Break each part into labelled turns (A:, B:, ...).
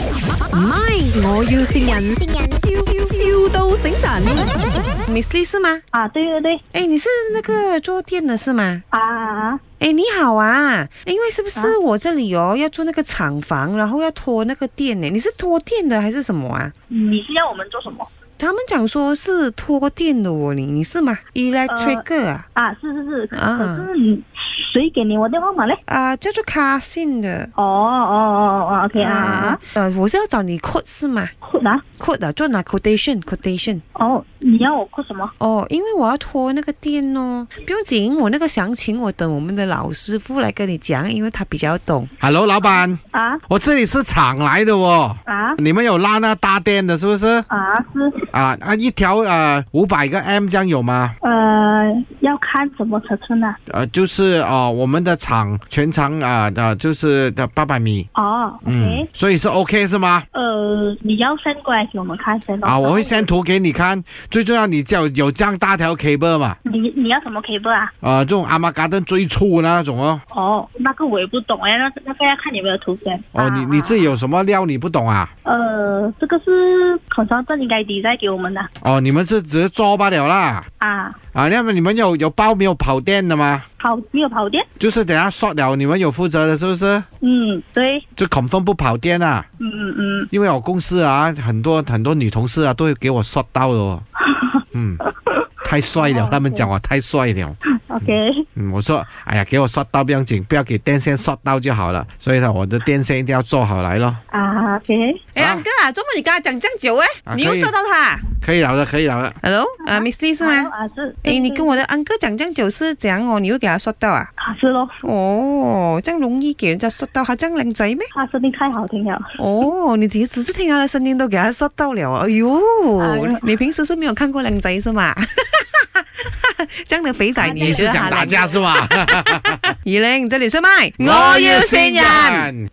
A: 唔係，我要善人，笑笑到醒神。
B: Miss Lee 是吗？
C: 啊，对对对，
B: 哎，你是那个做店的是吗？
C: 啊啊啊，
B: 哎，你好啊，因为是不是我这里哦要做那个厂房，然后要拖那个店呢？你是拖店的还是什么啊？
C: 你是要我们做什么？
B: 他们讲说是拖店的哦，你你是吗？Electric 啊，
C: 啊，是是是，可
B: 啊
C: 可是你谁给你我电话号码嘞？
B: 啊、叫做卡信的
C: 哦哦哦哦，OK 啊啊，，
B: 呃，我是要找你 quote 是吗
C: 扣啊，
B: ？quote 啊，做哪 quotation quotation？
C: 哦，你要我扣什么？
B: 哦，因为我要拖那个店哦，不用紧，我那个详情我等我们的老师傅来跟你讲，因为他比较懂。
D: Hello，老板，
C: 啊
D: 我这里是厂来的哦。
C: 啊
D: 你们有拉那大店的，是不是？
C: 啊，是
D: 啊啊，一条呃五百个 M 这样有吗？
C: 呃，要看什么尺寸啊呢？
D: 呃，就是哦、我们的厂全长啊啊，就是的八百米。
C: 哦
D: 嗯
C: ，OK，，
D: 所以是 OK 是吗？
C: 呃，你要 send 过来给我们看先咯
D: 啊，我会
C: 然
D: send
C: 后
D: 图给你看。最重要，你叫有这样大条 cable 嘛？
C: 你你要什么 cable 啊？
D: 啊，这种阿玛嘎登最粗那种哦。
C: 哦，那个我也不懂哎，那那个要看有没有图片。啊
D: 哦，你你自己有什么料你不懂啊？
C: 呃，这个是口罩证应该你再给我们的
D: 哦，你们是只是做罢了啦。
C: 啊。
D: 啊，那么你们有有包没有跑电的吗？
C: 跑没有跑电？
D: 就是等下 short 了，你们有负责的，是不是？
C: 嗯，对，
D: 就 confirm 不跑电啊，
C: 嗯嗯嗯，
D: 因为我公司啊，很多很多女同事啊，都会给我 short 到的哦。嗯，太帅 了，他们讲我太帅了。
C: ，OK，
D: 嗯，我说，哎呀，给我 short 到不要紧，不要给电线 short 到就好了。所以呢，我的电线一定要做好来咯。
C: 啊，OK，
B: 哎，
D: 啊
B: 安哥啊，周末你跟他讲这样久哎、
D: 啊
B: 你又
D: 可以
B: 收到他啊
D: 可以了的，可以了的。
B: ？Hello，啊，Miss Lee 是吗？
C: 啊是，
B: 哎，你跟
C: 我
B: 我的安哥讲这样久是怎样哦？你又给他说到啊？
C: 啊是咯，
B: 哦，这样容易给人家说到，他这样靓仔咩？
C: 他啊声音太好听了，
B: 哦，你只只是听他的声音都给他说到了啊！哎呦
C: 哎呦，
B: 你平时是没有看过靓仔是吗？ 这样的肥仔，
D: 你是
B: 觉得他
D: 想打
B: 靓
D: 架是 吧？
B: 怡玲，这里是麦，
D: 新
B: 先。
D: 人。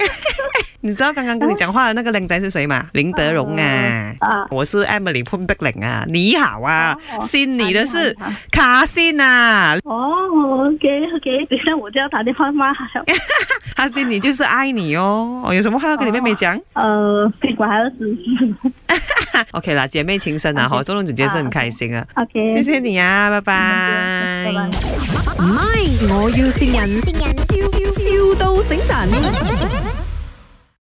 B: 你知道刚刚跟你讲话的那个靓仔是谁吗？林德荣啊。
C: 啊
B: 我是 Emily 潘碧玲啊，你好啊，
C: 哦
B: 信你的是
C: 啊你好你
B: 卡信啊，
C: 哦，OK OK，等一下我就要打电话骂他了，
B: 他信你就是爱你哦。哦有什么话要跟你妹妹讲、
C: 呃，可以管他儿子
B: o k 啦，姐妹情深啊，
C: OK
B: 哈，周龙姐姐是很开心啊，
C: ，OK，
B: 谢谢你啊，拜
C: 拜拜。
A: 唔係，我要善人，笑笑到醒神。